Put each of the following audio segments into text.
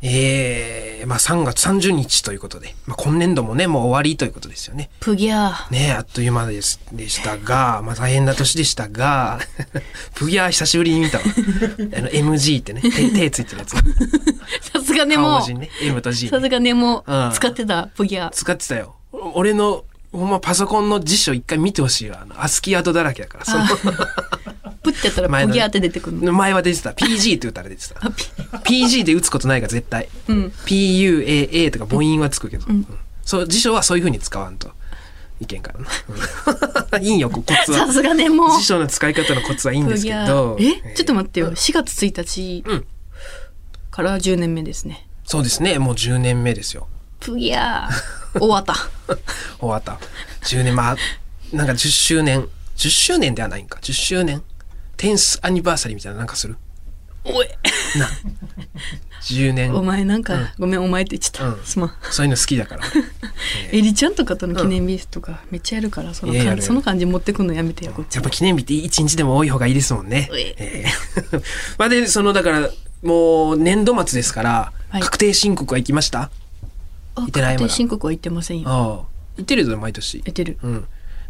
えー、まあ3月30日ということで、まあ今年度もね、もう終わりということですよね。プギャー。ねえあっという間ですでしたが、まあ大変な年でしたが、 プギャー久しぶりに見たわ。あの MG ってね、手手ついてるやつ。さすがネ顔モ。文字にね、M と G ね、さすがネモうん。使ってた、プギャー。使ってたよ。俺の、ほんまパソコンの辞書一回見てほしいわ。あの、アスキーアートだらけだから、そプってやったら前のねプギャーって出てくるの。の前は出てた。PG って打ったら出てた。あピ PG で打つことないから絶対。うん。 PUAA とか母音はつくけど、うんそう辞書はそういうふうに使わんといけんから ないいんよコツさはすがネモ。辞書の使い方のコツはいいんプですギけャどー。えちょっと待ってうよ。ん4月1日うんから10年目ですね。そうですねもう10年目ですよプギャ ー。終わった。終わった10年まあなんか10周年10周年ではないんか10周年テンスアニバーサリーみたいななんかするおい。 10年 お前なんか、ごめん、お前って言っちゃっうんた。すまん。そういうの好きだからエリちゃんとかとの記念日とかめっちゃやるから、そのいややる感やじ、るその感じ持ってくのやめてよ、こっちやっ。ぱ記念日って一日でも多い方がいいですもんねうえ。え えまあで、そのだから、もう年度末ですから、はい確定申告は行きましたあってないまだ確定申告は行ってませんよ。ああ。行ってるぞ、毎年行。ってる。うん。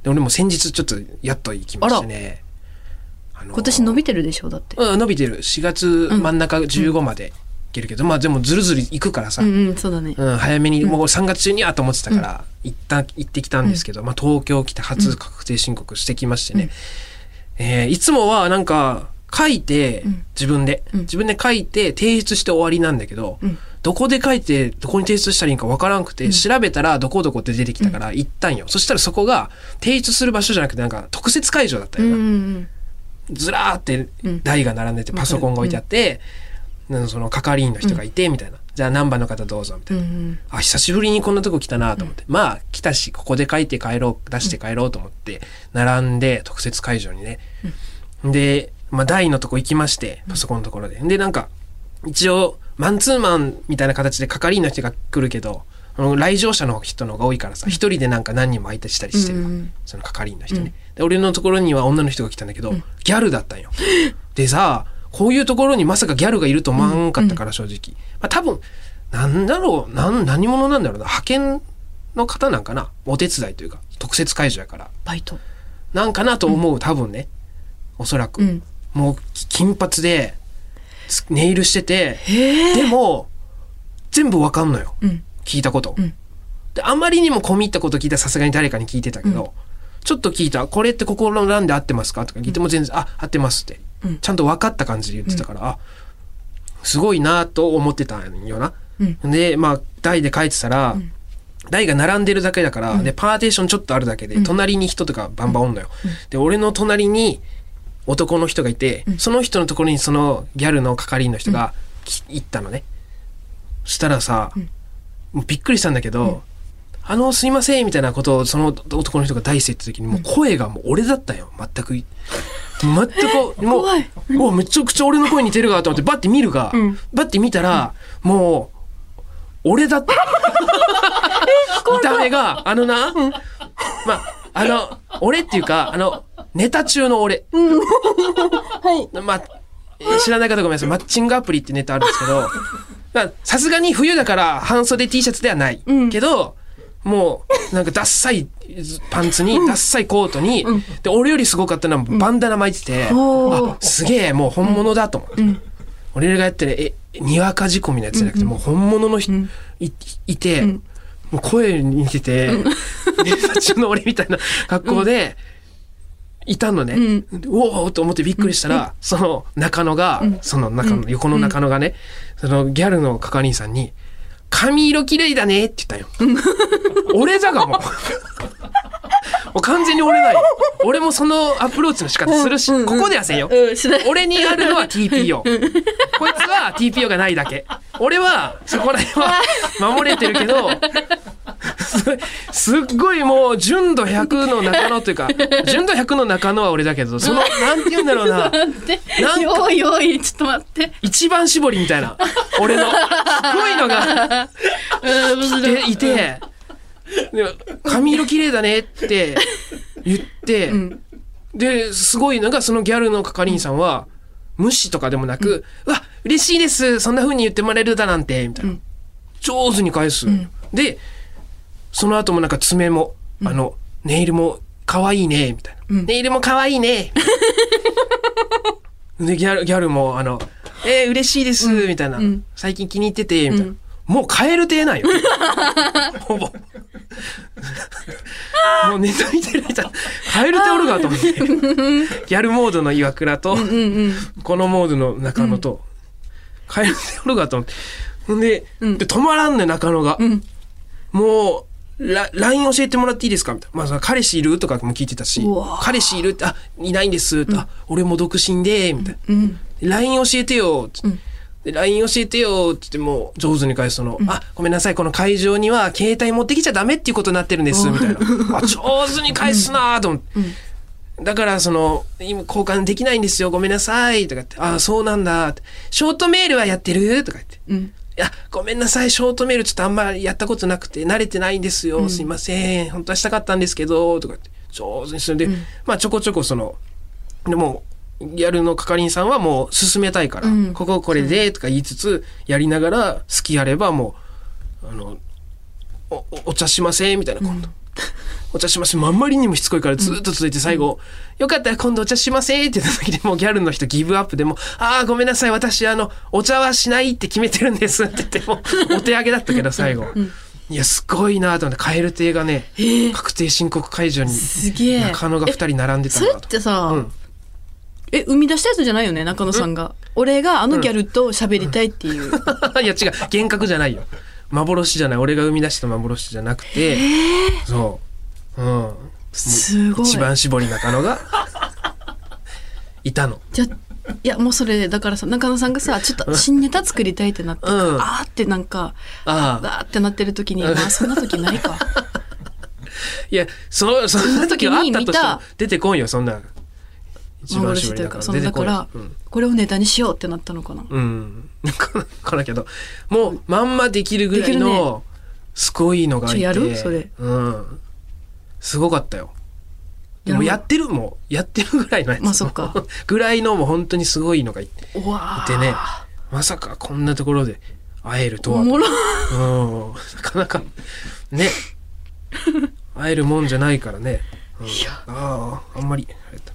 で、俺も先日ちょっとやっと行きましたね。あの今年伸びてるでしょ、だって。うん、伸びてる。4月真ん中15まで行けるけど、まあでもずるずる行くからさうん。うん、そうだね。うん、早めに、もう3月中にあと思ってたから、行った、行ってきたんですけど、まあ東京来て初確定申告してきましてね。えーいつもはなんか、書いてうん、自分で、うん自分で書いて提出して終わりなんだけど、うんどこで書いて、どこに提出したらいいんかわからんくて、調べたらどこどこって出てきたから行ったんよ。そしたらそこが、提出する場所じゃなくてなんか特設会場だったうよんな。うんずらーってうん台が並んでて、パソコンが置いてあって、なんかその係員の人がいて、みたいな。じゃあ何番の方どうぞ、みたいなうん。うんうん。あ、久しぶりにこんなとこ来たなと思って、まあ来たし、ここで書いて帰ろう、出して帰ろうと思って、並んで、特設会場にね。で、まあ台のとこ行きまして、パソコンのところで。で、なんか、一応、マンツーマンみたいな形で係員の人が来るけど、あの来場者の人の方が多いからさ、一人でなんか何人も相手したりしてるわうんうんその係員の人ね。で、俺のところには女の人が来たんだけど、ギャルだったん よ。でさ、こういうところにまさかギャルがいると思わんかったから正直。まあ多分、なんだろう、なん、何者なんだろうな。派遣の方なんかな。お手伝いというか、特設会場やから。バイト。なんかなと思う、多分ね。おそらく。うんもう、金髪で、つネイルしてて、ええ。でも、全部わかんのよ。うん。聞いたこと、うんであまりにも込み入ったこと聞いたらさすがに誰かに聞いてたけど、ちょっと聞いた「これって心の欄で合ってますか?」とか聞いても全然「あ合ってます」って、うんちゃんと分かった感じで言ってたから、あすごいなと思ってたんよな。うでまあ台で書いてたら、台が並んでるだけだから、でパーテーションちょっとあるだけで、隣に人とかバンバンおんのよ。で俺の隣に男の人がいて、その人のところにそのギャルの係員の人がき行ったのね。したらさ、もうびっくりしたんだけど、あの、すいません、みたいなことを、その男の人が大勢言った時に、もう声がもう俺だったんよ、全く。全 く、もう怖い、うわめちゃくちゃ俺の声似てるわと思って、バッて見るが、んバッて見たら、もう、俺だった。見た目が、あのな、まあ、あの、俺っていうか、あの、ネタ中の俺。まあ、えー知らない方ごめんなさい。マッチングアプリってネタあるんですけど、まあさすがに冬だから半袖 T シャツではない。けど、もう、なんかダッサいパンツに、ダッサいコートに、で、俺よりすごかったのはバンダナ巻いてて、おーあ、すげえ、もう本物だと思って。俺らがやってる、え、にわか仕込みのやつじゃなくて、もう本物の人、い、いて、もう声に似てて、ネタ中の俺みたいな格好で、いたのね、でおおと思ってびっくりしたら、その中野が、その中の横の中野がね、そのギャルの係員さんに「髪色綺麗だね」って言ったんよ。俺だ がもうもう完全に俺だよ。俺もそのアプローチの仕方するし、ここではせんよ。うん、しない。 俺にあるのは TPO。こいつは TPO がないだけ。俺は、そこら辺は守れてるけど、すすっごいもう、純度100の中野というか、純度100の中野は俺だけど、その、なんて言うんだろうな、 待ってなんかおいおい、ちょっと待って。一番絞りみたいな、俺の、すごいのがうん、面白でいて、で髪色綺麗だねって言って、うん。で、すごいのが、そのギャルの係員さんは、無視とかでもなく、うわ、嬉しいですそんな風に言ってもらえるだなんてみたいな、うん上手に返す、うんでその後もなんか爪も、あのネイルも可愛いねみたいな、うんネイルも可愛い ねでギャルギャルもあの「えー、嬉しいです」みたいな、うん最近気に入ってて」みたいな、うんもう変える手ない よほぼ もうネタ見てるみたいな変える手おるかと思 ってギャルモードの岩倉と、うんうんこのモードの中野と、帰るておるかと思って。ほんで、うんで止まらんね、中野が。うんもう、ラ LINE 教えてもらっていいですかみたいな。まあその、彼氏いるとかも聞いてたしうわ、彼氏いるって、あ、いないんですって、あ、俺も独身で、みたいうんな。LINE 教えてよ、ってうんで LINE 教えてよって言ってもう上手に返すその、あ、ごめんなさい、この会場には携帯持ってきちゃダメっていうことになってるんです、みたいな。あ、上手に返すなーと思って。だから、その、今交換できないんですよ、ごめんなさい、とか言って、あ、そうなんだって、ショートメールはやってるとか言って。うんいや、ごめんなさい、ショートメールちょっとあんまりやったことなくて、慣れてないんですよ、すいません、本当はしたかったんですけど、とか言って、上手にするんで、まあちょこちょこその、でも、ギャルの係員さんはもう進めたいから、うんこここれで、とか言いつつ、やりながら、好きやればもう、あの、お、おお茶しません、みたいな、今度。お茶しません。あんまりにもしつこいからずっと続いて最後、よかったら今度お茶しませんって言った時でもうギャルの人ギブアップでも、ああ、ごめんなさい。私、あの、お茶はしないって決めてるんですって言って もう、お手上げだったけど最後。いや、すごいなと思って、カエル亭がね、確定申告会場にすげえ中野が2人並んでたそのれかっと。てさ、うんえ生み出したやつじゃないよね中野さんが俺があのギャルと喋りたいっていう、 いや違う幻覚じゃないよ幻じゃない俺が生み出した幻じゃなくてそううんすごい一番絞り中 野がいたのじゃいやもうそれだからさ中野さんがさちょっと新ネタ作りたいってなって、うんあーってなんかああわーってなってる時に、まあそんな時ないかいやそそんな時はあったとしても見出てこんよそんな 一番幻絞とりいうか中そ野出のだてかこんらよ、うんこれをネタにしようってなったのかな、うん ここだけどもうまんまできるぐらいできるのすごいのがいてちょやるそれうんすごかったよでやもろうやってるもうやってるぐらいのやつまあそっか ぐらいのもう本当にすごいのがいてうわーでねまさかこんなところで会えるとはおもろうんなかなかね会えるもんじゃないからね、うんあああんまりあれだ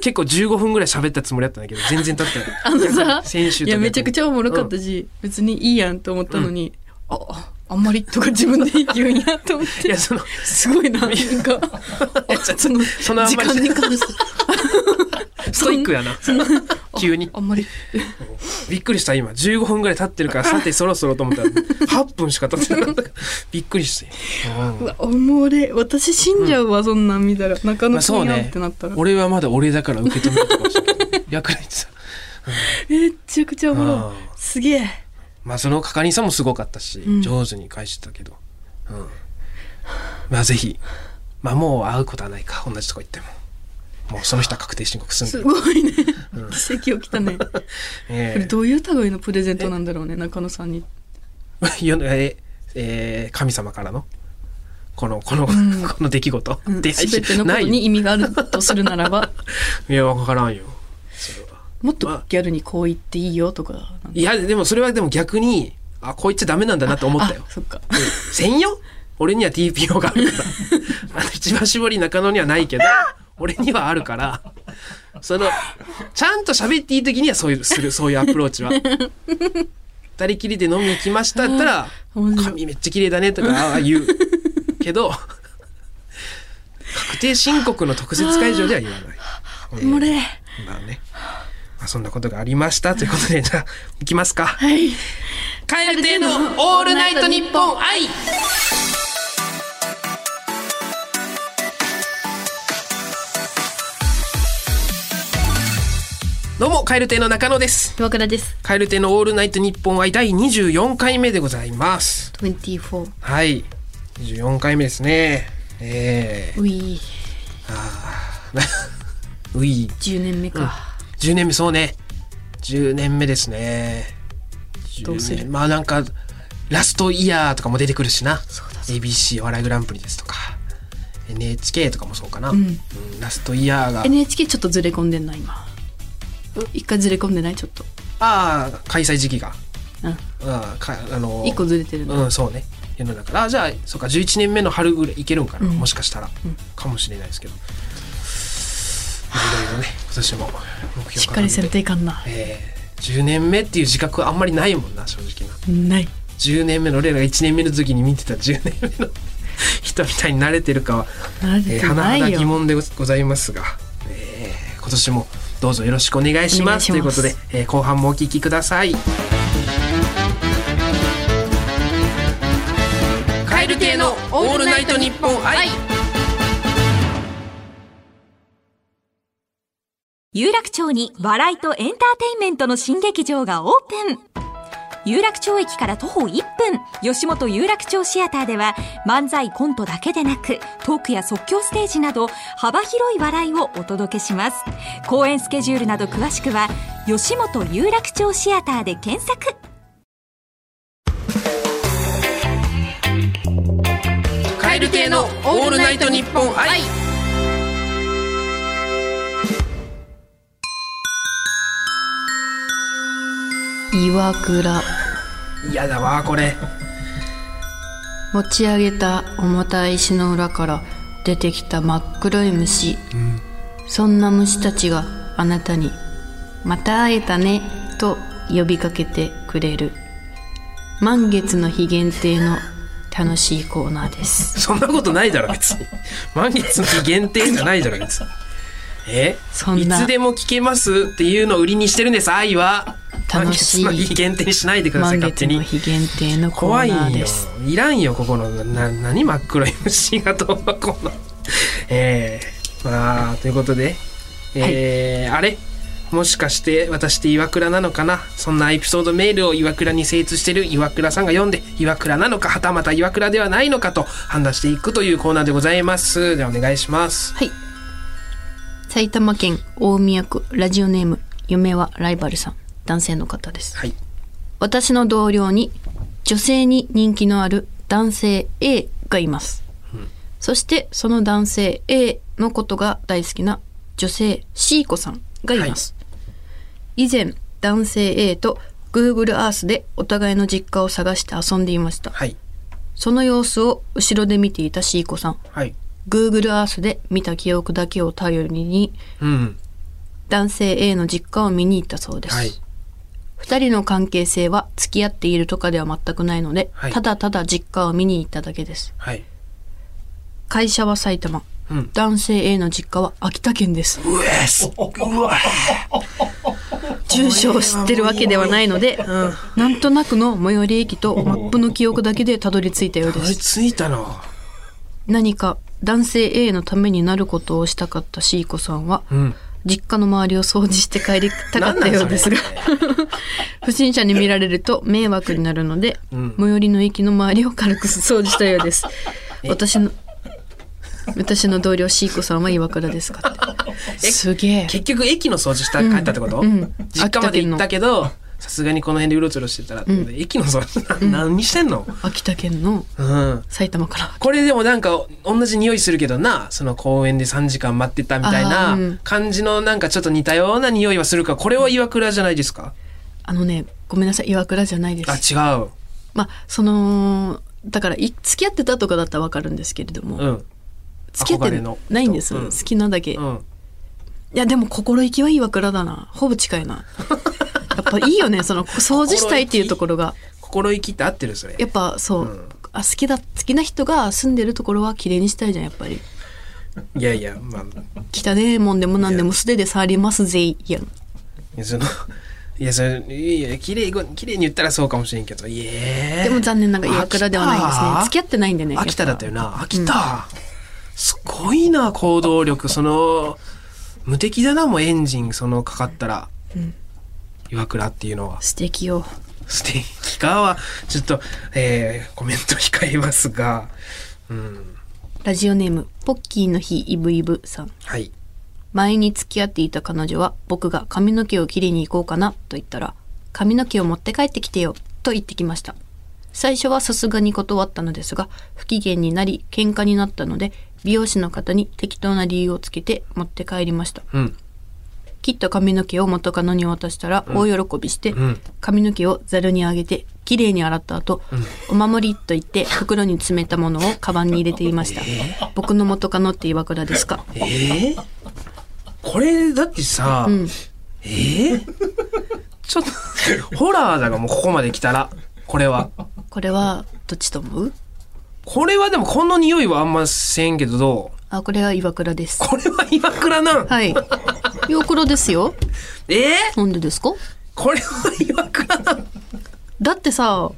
結構15分ぐらい喋ったつもりだったんだけど全然経ってないあの さ先週いやめちゃくちゃゃおもろかったし、別にいいやんと思ったのに、あああんまりとか自分で言うんやと思っいてやそのすごいななんか そのそのあん時まり間に関してストイックやな急にあんまりびっくりした今15分ぐらい経ってるからさてそろそろと思ったら8分しか経ってなかったからびっくりして、うわおもれ私死んじゃうわ、そんなん見たら中ま野あさそうんやんっねてなったら、俺はまだ俺だから受け止めてほしい役に立つめっちゃくちゃおもあろーいすげえまあその係員さんもすごかったし、うん上手に返してたけど、うん、まあぜひまあもう会うことはないか同じとこ行ってももうその人は確定申告すんでする、ごいね奇跡起きたねこれえどういう類のプレゼントなんだろうね中野さんに え世のええ神様からのこのこの、んこの出来事、うん出会いし全てのことないに意味があるとするならばいや分からんよそれはもっとギャルにこう言っていいよとかなんかいやでもそれはでも逆にあこいつダメなんだなと思ったよあそっかせんよ俺には TPO があるから。あの、一番絞り中野にはないけど、俺にはあるから、その、ちゃんと喋っていい時にはそういう、する、そういうアプローチは。二人きりで飲みに行きましたったら、面白い髪めっちゃ綺麗だねとか、ああ言う。けど、確定申告の特設会場では言わない。おもれまあね。まあ、そんなことがありましたということで、じゃあ、行きますか。はいカエル亭のオールナイトニッポン愛どうも、カエル亭の中野です。岩倉ですカエル亭のオールナイトニッポン愛第24回目でございます。 24はい。24回目ですね。えういー、うい、 10年目か、 10年目、そうね。10年目ですね。どうする10年まあなんか、ラストイヤーとかも出てくるしな。そうだ ABC お笑いグランプリですとか NHK とかもそうかな、んうんラストイヤーが NHK ちょっとずれ込んでんな今一回ずれ込んでないちょっとああ開催時期があああかあの一個ずれてるの、うんそうね世の中あじゃあそうか11年目の春ぐらいいけるんかな、うんもしかしたら、うんかもしれないですけど、まあ、いろいろ ね今年も目標しっかりせんて、といかんなえー10年目っていう自覚はあんまりないもんな正直なない10年目の俺らが1年目の時に見てた10年目の人みたいに慣れてるかは、なれえー、てな甚いだよ、疑問でございますが、えー今年もどうぞよろしくお願いしお願まいすしますということで、えー後半もお聞きくださいカエル亭のオールナイトニッポン愛有楽町に笑いとエンターテインメントの新劇場がオープン有楽町駅から徒歩1分吉本有楽町シアターでは漫才コントだけでなくトークや即興ステージなど幅広い笑いをお届けします公演スケジュールなど詳しくは吉本有楽町シアターで検索カエル亭のオールナイトニッポン愛岩倉嫌だわこれ持ち上げた重たい石の裏から出てきた真っ黒い虫、そんな虫たちがあなたに「また会えたね」と呼びかけてくれる満月の日限定の楽しいコーナーで すそんなことないだろ別 に満月の日限定じゃないだろ別にえそんないつでも聞けますっていうのを売りにしてるんです愛は楽しい満月の日限定にしないでください満勝手月のに日限定のコ怖ーいナーでよすいらんよここのな何真っ黒い虫がどうのこうのえー、まあということでえーあれもしかして私って岩倉なのかなそんなエピソードメールを岩倉に精通してる岩倉さんが読んで岩倉なのかはたまた岩倉ではないのかと判断していくというコーナーでございますではお願いしますはい埼玉県大宮区ラジオネーム夢はライバルさん男性の方ですはい私の同僚に女性に人気のある男性 A がいます、そしてその男性 A のことが大好きな女性 C 子さんがいます、以前男性 A と Google Earth でお互いの実家を探して遊んでいましたはいその様子を後ろで見ていた C 子さんはい Google Earth で見た記憶だけを頼りにうん男性 A の実家を見に行ったそうです、はい2人の関係性は付き合っているとかでは全くないので、はいただただ実家を見に行っただけですはい会社は埼玉うん男性 A の実家は秋田県ですうえすうわ住所を知ってるわけではないので、なんとなくの最寄り駅とマップの記憶だけでたどり着いたようで追いすついたな何か男性 A のためになることをしたかった C 子さんは、うん実家の周りを掃除して帰りたかったようですがなんなん 不審者に見られると迷惑になるので、うん最寄りの駅の周りを軽く掃除したよう です私の私の同僚シーコさんは岩倉ですかって えすげえ結局駅の掃除した帰ったってこと、うんうん実家まで行ったけどさすがにこの辺でうろちょろしてたらってことで、駅の掃除な何してんの、秋田県のうん、埼玉からこれでもなんか同じ匂いするけどなその公園で3時間待ってたみたいあなーうん感じのなんかちょっと似たような匂いはするかこれは岩倉じゃないですか、あのねごめんなさい岩倉じゃないであす違うまあそのだからい付き合ってたとかだったらわかるんですけれども、うん付き合っ憧れてのないんです、うん好きなだけ、ういんやでも心意気は岩倉だなほぼ近 いなやっぱいいよねその掃除したいっていうところが心意気って合ってるそれやっぱそうう、んあ好きだ好きな人が住んでるところは綺麗にしたいじゃんやっぱりいやいやまあ汚ねえもんでもなんでも素手で触りますぜいやんいやその いやそれいや綺麗ご綺麗に言ったらそうかもしれんけどいえでも残念ながら岩倉ではないです秋ね田付き合ってないんでね秋田だったよねな秋田、すごいな行動力その無敵だなもうエンジンそのかかったら、岩倉っていうのは素敵よ素敵かはちょっと、えーコメント控えますがうんラジオネームポッキーの日イブイブさんはい前に付き合っていた彼女は僕が髪の毛を切りに行こうかなと言ったら髪の毛を持って帰ってきてよと言ってきました最初はさすがに断ったのですが不機嫌になり喧嘩になったので美容師の方に適当な理由をつけて持って帰りましたうん切った髪の毛を元カノに渡したら大喜びして、ん髪の毛をざるにあげてきれいに洗った後、お守りと言って袋に詰めたものをカバンに入れていました、僕の元カノって岩倉ですかえー、これだってさ、うんえー、ちょっとホラーだがもうここまで来たらこれはこれはどっちと思うこれはでもこの匂いはあんませんけどどうあこれは岩倉ですこれは岩倉なん、はい岩倉ですよえー、なんでですかこれは岩倉なんだってさ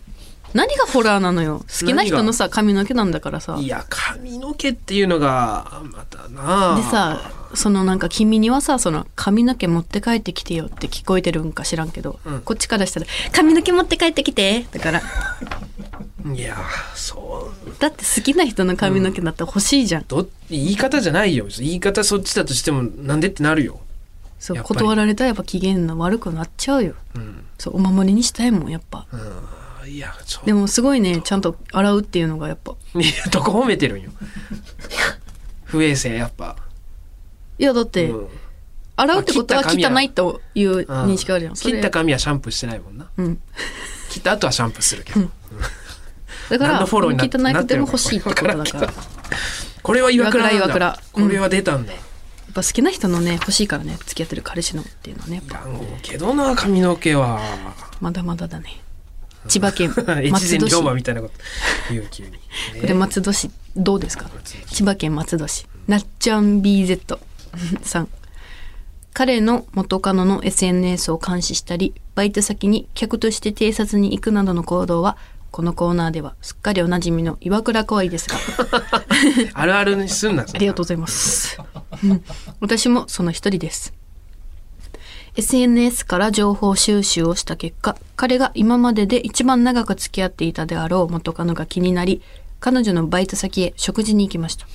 何がホラーなのよ好きな人のさ髪の毛なんだからさいや髪の毛っていうのがまたなあでさそのなんか君にはさその髪の毛持って帰ってきてよって聞こえてるんか知らんけど、こっちからしたら髪の毛持って帰ってきてだからいやそうだって好きな人の髪の毛だったら欲しいじゃん、ど言い方じゃないよ言い方そっちだとしてもなんでってなるよそうやっぱり断られたらやっぱ機嫌の悪くなっちゃうよ、そうお守りにしたいもんやっぱ、あいやちょっとでもすごいねちゃんと洗うっていうのがやっぱ いやどこ褒めてるんよ不衛生やっぱ、いやだっうて、ん洗うってことはまあ切った髪汚はいといううん認識があるじゃんそ切れった髪はシャンプーしてないもんなうん切った後はシャンプーするけど、だか何らのフォローになって汚くてもなってるのか欲しいってことだわかかららんけこれは岩倉なんだ岩倉岩こ倉れは出たんだ、やっぱ好きな人のね欲しいからね付き合ってる彼氏のっていうのはねやっいぱらんけどな髪の毛はまだまだだね千葉 県越松前戸市龍馬こみたいなこと言う急に、ねれ松戸市どうですか千葉県松戸市なっちゃん BZ さん彼の元カノの SNS を監視したりバイト先に客として偵察に行くなどの行動はこのコーナーではすっかりおなじみの岩倉可愛いですがあるあるにすんなありがとうございます。うん私もその一人です。SNS から情報収集をした結果、彼が今までで一番長く付き合っていたであろう元カノが気になり、彼女のバイト先へ食事に行きました。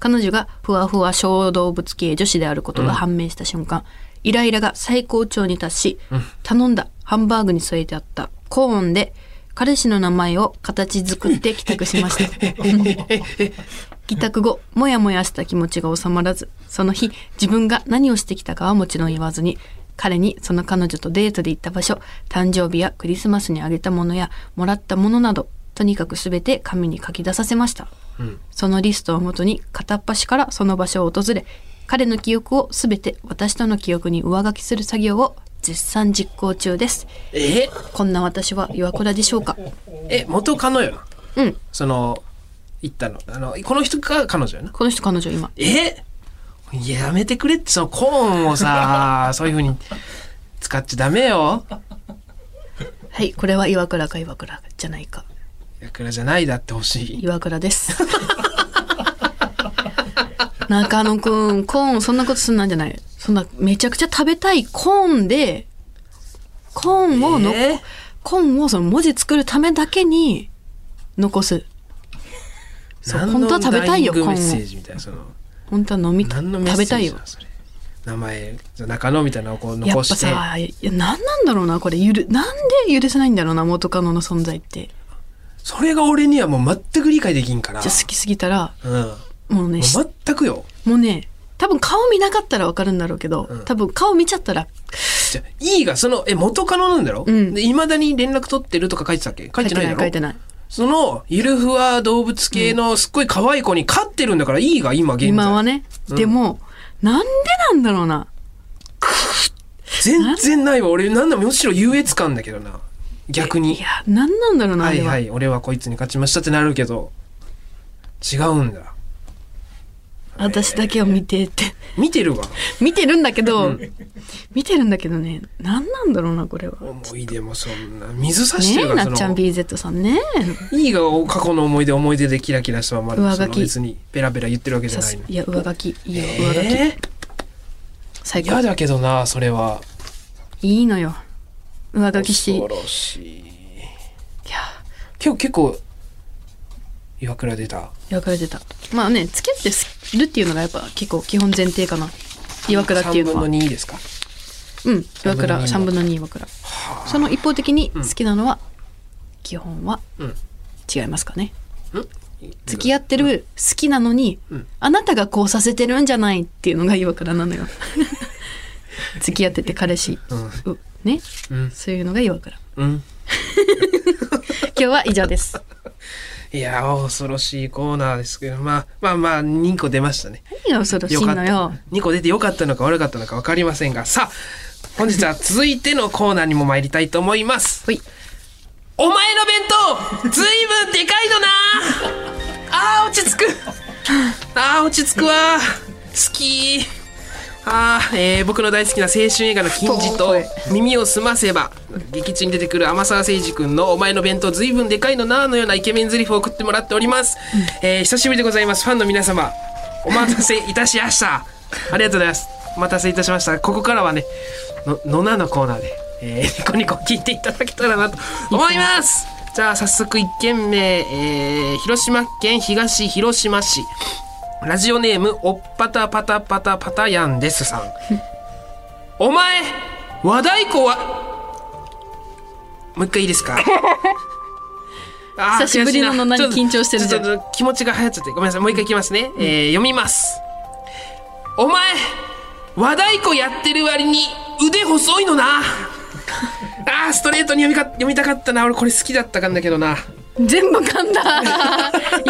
彼女がふわふわ小動物系女子であることが判明した瞬間、イライラが最高潮に達し、頼んだハンバーグに添えてあったコーンで、彼氏の名前を形作って帰宅しました。帰宅後、もやもやした気持ちが収まらず、その日、自分が何をしてきたかはもちろん言わずに、彼にその彼女とデートで行った場所、誕生日やクリスマスにあげたものや、もらったものなど、とにかくすべて紙に書き出させました。そのリストをもとに、片っ端からその場所を訪れ、彼の記憶をすべて私との記憶に上書きする作業を絶賛実行中です。えこんな私は岩倉でしょうかえ元カノよなうん。その言ったのあのこの人が彼女よなこの人彼女今。えいややめてくれってそのコーンを さそういうふうに使っちゃダメよはい、これは岩倉か岩倉じゃないか。いくらじゃないだってほしい岩倉です。中野くん、コーン、そんなことすんなんじゃない。そんな、めちゃくちゃ食べたいコーンで、コーンをの、えーコーンをその文字作るためだけに残す。そう何の本当は食べたいよダイイングコーメンッセージみたいなその本当は飲み、何のメッ食セーべジなのたいよ。それ名前中野みたいなのをこうやっ残ぱしてさ、いや、なんなんだろうな、これ、ゆる、なんで許せないんだろうな、元カノの存在って。それが俺にはもう全く理解できんからじゃあ好きすぎたら、うんももうね、しう全くよもうね、多分顔見なかったらわかるんだろうけど、多分顔見ちゃったら、じゃあいいがそのえ元カノなんだろうんいまだに連絡取ってるとか書いてたっけ書いてないだろ書いてない。そのゆるふわ動物系のすっごい可愛い子に飼ってるんだからいいが今現在今はね、でもなんでなんだろうな全然ないわ俺なんだむしろ優越感だけどな逆にいやなんなんだろうなあはいれは、はい俺はこいつに勝ちましたってなるけど違うんだ私だけを見てって 見てるわ見てるんだけど、見てるんだけどねなんなんだろうなこれは思い出もそんな水差してねるえから、なっちそゃんの BZ さんねいいが過去の思い出思い出でキラキラしたまま上書きその別にベラベラ言ってるわけじゃさないすのいや上書きいいよ上書き、え最ー、嫌高だけどなそれはいいのよ上書きしい恐ろしいや今日結構岩倉出た岩倉出たまあね付き合ってるっていうのがやっぱ結構基本前提かな岩倉っていうのは3分の2ですかうん、岩倉3 3分の2岩倉その一方的に好きなのは、基本はうん違いますかね付付き合ってる好きなのに、あなたがこうさせてるんじゃないっていうのが岩倉なのよ 付き合ってて彼氏、うねうんそういうのが岩倉うん今日は以上ですいやー恐ろしいコーナーですけどまあまあまあ2個出ましたね何が恐ろしいよかっのたよ2個出てよかったのか悪かったのか分かりませんがさあ本 日は続いてのコーナーにも参りたいと思いますほいお前の弁当ずいぶんでかいのなあー落ち着くあー落ち着くわ好きあー、えー僕の大好きな青春映画の金字と耳を澄ませば劇中に出てくる天沢誠二君の「お前の弁当ずいぶんでかいのな」のようなイケメン台詞を送ってもらっております、えー久しぶりでございますファンの皆様お待たせいたしましたありがとうございますお待たせいたしましたここからはねののなのコーナーで、えーニコニコ聞いていただけたらなと思いますじゃあ早速1件目、えー広島県東広島市ラジオネームおっぱたパタパタパタヤンですさん お前和太鼓はもう一回いいです かあー久しぶりの悔いのななに緊張してるちじょっゃんとちょっと気持ちがはやっちゃってごめんなさいもう一回いきますね、えー読みますお前和太鼓やってる割に腕細いの なあーストレートに読みか読みたかったな俺これ好きだったかんだけどな全部噛 んだ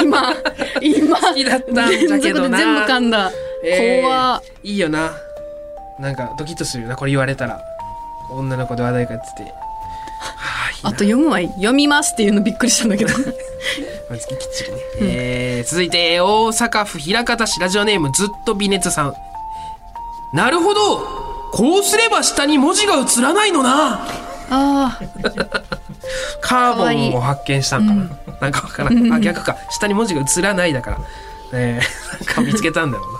今今好きだったんだけどな全部噛んだ、えー怖いいよななんかドキッとするよなこれ言われたら女の子で話題かやっててあと読むは読みますっていうのびっくりしたん だけどまずきっちりね、えー続いて大阪府枚方市ラジオネームずっと微熱さんなるほどこうすれば下に文字が映らないのなあカーボンを発見したんかな、かなんかわからんあ逆か下に文字が映らないだから、え ーなんか見つけたんだろうな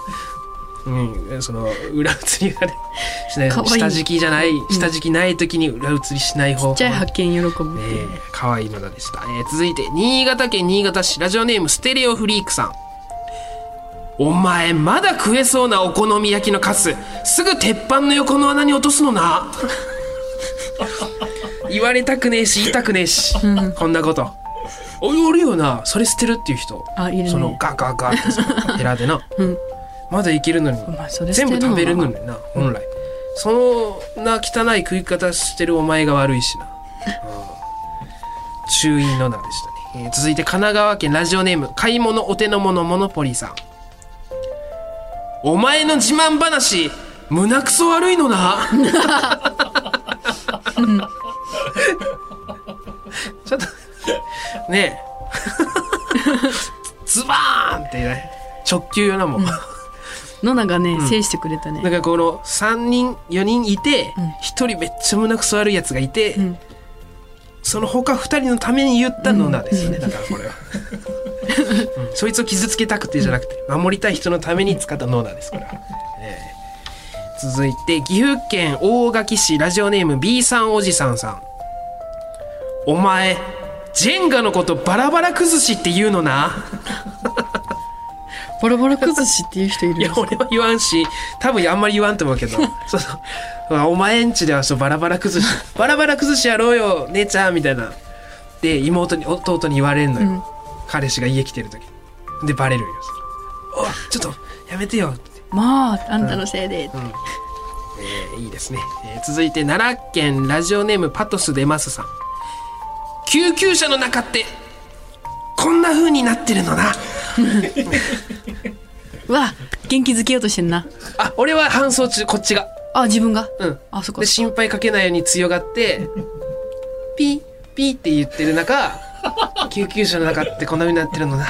うん、その裏写りがねしないかわいい下敷きじゃない下敷きない時に裏写りしない方あ法じゃあ発見喜えぶ、ー、可愛いのだでした、えー続いて新潟県新潟市ラジオネームステレオフリークさんお前まだ食えそうなお好み焼きのカスすぐ鉄板の横の穴に落とすのな 言われたくねえし言いたくねえし、こんなことおいおるよなそれ捨てるっていう人あいるねそのガガガってさヘラでな、まだいけるのにお前それ捨全部てる食のべるのにな本来そんな汚い食い方してるお前が悪いしな、うん注意の名でしたね、えー続いて神奈川県ラジオネーム買い物お手の物モノポリーさんお前の自慢話胸くそ悪いのなちょっとねえ ズバーンってね直球よなもうノナがね、制してくれたなねんかこの3人4人いて、一1人めっちゃ胸くそ悪いやつがいて、んその他2人のために言ったのなんですよね、だからこれは、うんそいつを傷つけたくてじゃなくて守りたい人のために使ったのなんですこれは、ええ続いて岐阜県大垣市ラジオネーム B さんおじさんさんお前ジェンガのことバラバラ崩しって言うのなボロボロ崩しっていう人いるいや、俺は言わんし、多分あんまり言わんと思うけど。そうそう。まあお前んちではそうバラバラ崩し、バラバラ崩しやろうよ、姉ちゃん、みたいな。で、妹に、弟に言われるのよ。彼氏が家来てる時で、バレるよ。それおちょっと、やめてよ。まああんたのせいで、えーいいですね、えー続いて奈良県ラジオネームパトスデマスさん救急車の中ってこんな風になってるのなうわ元気づけようとしてんなあ俺は搬送中こっちがあ自分が、うんあそこで心配かけないように強がってピーピーって言ってる中救急車の中ってこんな風になってるのな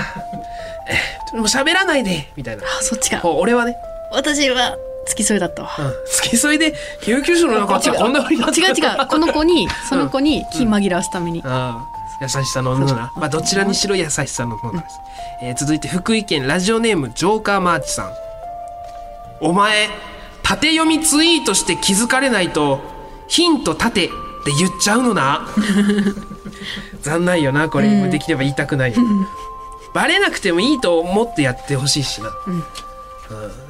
えもう喋らないでみたいなあそっちかこう俺はね、私は付き添いだったわうん、付き添いで救急車の中ってこんな風になって違るう違うこの子にその子に気紛らわすために、ああ優しさの女なまあどちらにしろ優しさの女です、えー続いて福井県ラジオネームジョーカーマーチさんお前縦読みツイートして気づかれないとヒント縦って言っちゃうの な残ないよなこれ、できれば言いたく ないよ、バレなくてもいいと思ってやってほしいしな、うん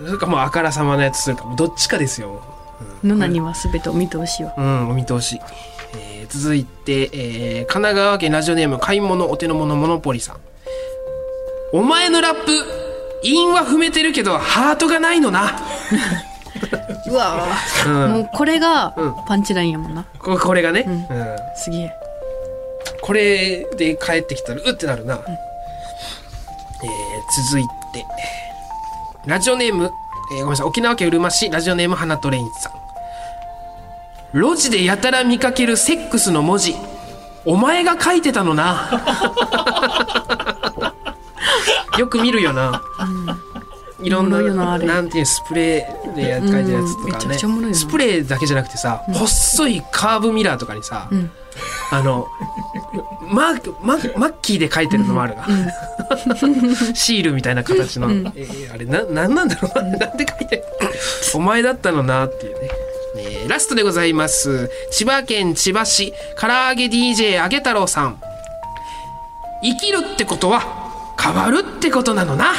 それかもうあからさまなやつするかもうどっちかですよノナには全てお見通しをうん、お見通し。えー続いて、えー神奈川県ラジオネーム買い物お手の物モノポリさん。お前のラップ、韻は踏めてるけど、ハートがないのな。うわうーもんうこれがうんパンチラインやもんなここれがね、ううんすげえこれで帰ってきたらうってなるな、えー続いてラジオネーム、えーごめんなさい沖縄県うるま市ラジオネーム花とレインさん路地でやたら見かけるセックスの文字お前が書いてたの なよく見るよな、いろんなおもろいよなあれなんていうスプレーでや書いてるやつとうんめかちゃくちゃおもろいよねなスプレーだけじゃなくてさ、細いカーブミラーとかにさ、んあのマークママッキーで書いてるのもあるな、シールみたいな形の、えーあれななんなんだろう ななんで書いてあるお前だったのなっていうねえーラストでございます千葉県千葉市唐揚げ DJ あげ太郎さん生きるってことは変わるってことなの な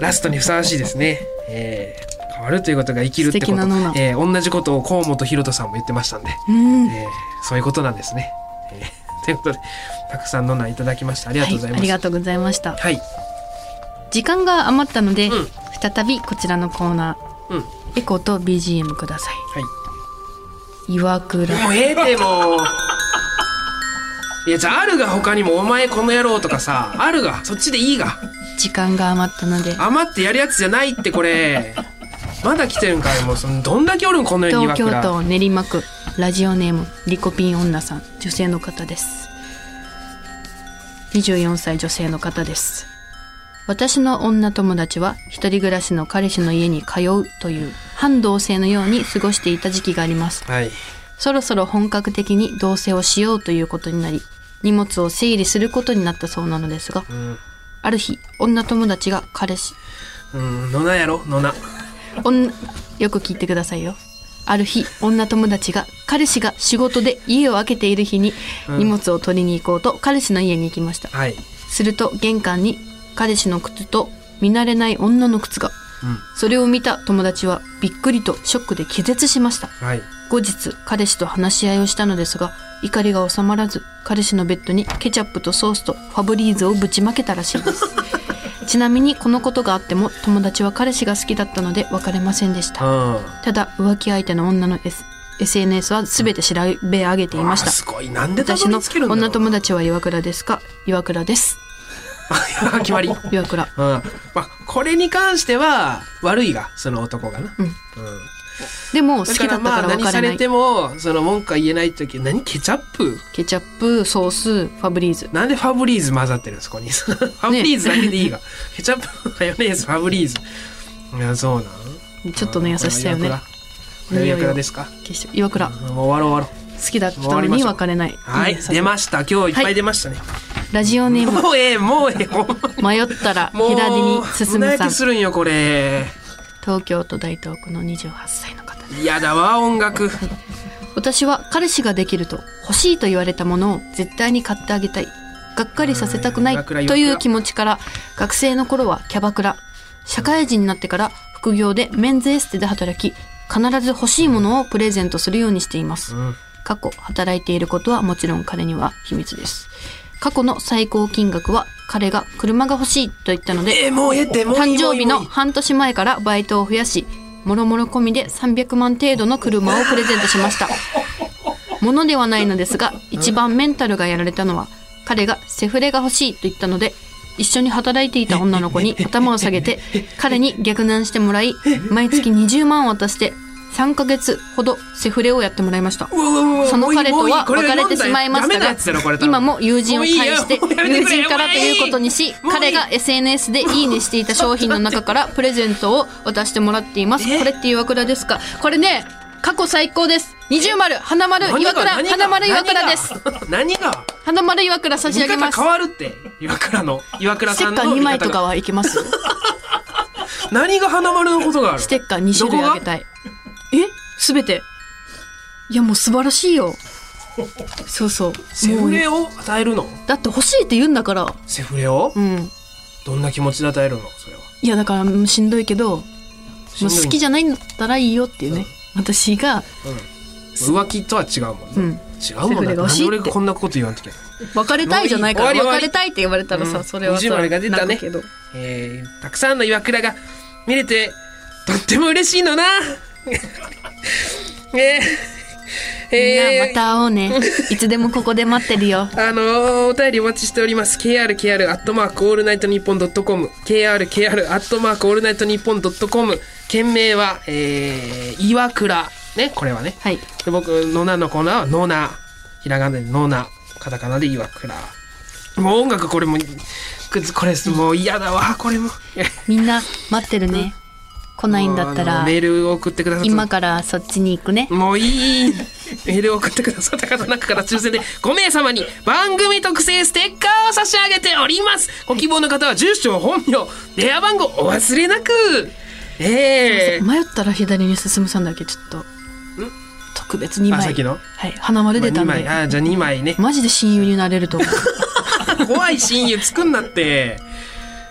ラストにふさわしいですね、えー変わるということが生きるってこと素敵なのなえー同じことを河本ひろとさんも言ってましたんで、うんえーそういうことなんですね、えーということでたくさんのないただきましたありがはとういございあまりす、がとうございましたはい時間が余ったので、うん再びこちらのコーナー、うんエコーと BGM くださはいい岩倉もうええてもういやじゃああるが他にも「お前この野郎」とかさあるがそっちでいいが時間が余ったので余ってやるやつじゃないってこれまだ来てるんかいもうそのどんだけおるんこの世に岩東京倉都練馬区ラジオネームリコピン女さん女性の方です24歳女性の方です私の女友達は一人暮らしの彼氏の家に通うという半同性のように過ごしていた時期がありますはいそろそろ本格的に同棲をしようということになり荷物を整理することになったそうなのですが、んある日女友達が彼氏うん野菜やろ野菜女よく聞いてくださいよある日女友達が彼氏が仕事で家を空けている日に荷物を取りに行こうと彼氏の家に行きました、はいすると玄関に彼氏の靴と見慣れない女の靴が、それを見た友達はびっくりとショックで気絶しましたはい後日彼氏と話し合いをしたのですが怒りが収まらず彼氏のベッドにケチャップとソースとファブリーズをぶちまけたらしいです ちなみにこのことがあっても友達は彼氏が好きだったので別れませんでしうたんただ浮気相手の女の、S、SNS は全て調べ上げていましあたすごいなんでた私どりの着けるんだろう女友達は岩倉ですか岩倉です あ決まり。うん。岩倉まあ、これに関しては、悪いが、その男がな。うんでも好だきかだらったまかあ、ら何別されなれいても、その文句は言えないとき、何ケチャップケチャップソースファブリーズなんでファブリーズ混ざってるんですここに。ファブリーズだけでいい が。ケチャップ、マヨネーズ、ファブリーズ。いや、そうなん。ちょっとの優しさよねこれはいくらですか決して岩倉もう終わろう終わろう。好きだった終わのりましにょう別れないはい、出ました。今日いっぱい出ましたね。ラジオネームもうええ、もうええ、ほんまに迷ったら もう、 左に進む胸焼さんけするんよ、これ。東京都大東区の28歳の方です嫌だわ、音楽。私は彼氏ができると欲しいと言われたものを絶対に買ってあげたいがっかりさせたくなうんい枕といようく気持ちから学生の頃はキャバクラ社会人になってから副業でメンズエステで働き必ず欲しいものをプレゼントするようにしています、ん過去働いていることはもちろん彼には秘密です過去の最高金額は彼が車が欲しいと言ったのでええ、もうええって、もうい誕いもう生いい日の半年前からバイトを増やしもろもろ込みで300万程度の車をプレゼントし ましたものではないのですが一番メンタルがやられたのは彼がセフレが欲しいと言ったので一緒に働いていた女の子に頭を下げて彼に逆難してもらい毎月20万を渡して3ヶ月ほどセフレをやってもらいましたうわうわうわその彼ともういいもういはいこれ別れてしまいましたダメなやがつだろこれ、今も友人もをう介いいよしてもうやめて友くれ人からということにしもういい彼が SNS で「いいね」していた商品の中からプレゼントを渡してもらっていますえこれって岩倉ですかこれね過去最高です二重丸花丸何が岩倉何が花丸岩倉です何が花丸岩倉差し上見げま方す変わるって岩倉の岩倉ステさッんカのー2見枚方とかがはいけます何が花丸のことがある ステッカー2種類あげたいえすべていやもう素晴らしいよそ うそうセもフうレを与えるのだって欲しいって言うんだからセフレをうんどんな気持ちで与えるのそれはいやだからもうしんどいけどしもんうどい好きじゃないんだったらいいよっていうね、私が浮気とは違うもうんんね違うもセんねフレがな欲んしでいって俺がこんなこと言わんときゃ別れたいじゃないからもういい終わり別れたいって言われたらさ、うんそれは意地さ悪が出たね泣くけどえーたくさんの岩倉が見れてとっても嬉しいのな えー、みんえなーまた会お うね。いつでもここで待ってるよ。あのーお便りお待ちしております。krkr アットマークオールナイトニッポンドットコム krkr アットマークオールナイトニッポンドットコム件名は、えー、岩倉ねこれはね。はい。で僕ノナのコーナーはノナひらがなでノナカタカナで岩倉。もう音楽これもくずこれもう嫌だわこれも。みんな待ってるね。来ないんだったあのら、メールを送ってくださった今からそっちに行くね。もういい。メールを送ってくださった方の中から抽選で5名様に番組特製ステッカーを差し上げております。ご希望の方は住所、本名、電話番号お忘れなく。ええ迷ったら左に進むさんだけちょっと、特別2枚。あさっきのはい。花丸出たん2で。枚、あじゃあ2枚ね。マジで親友になれると思う。怖い親友作んなって。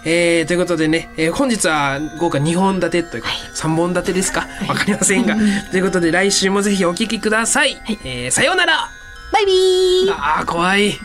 えー、ということでね、えー本日は豪華2本立てというか、3本立てですかわかりませ んが。ということで来週もぜひお聞きください。いえーさようならバイビーあー、怖い。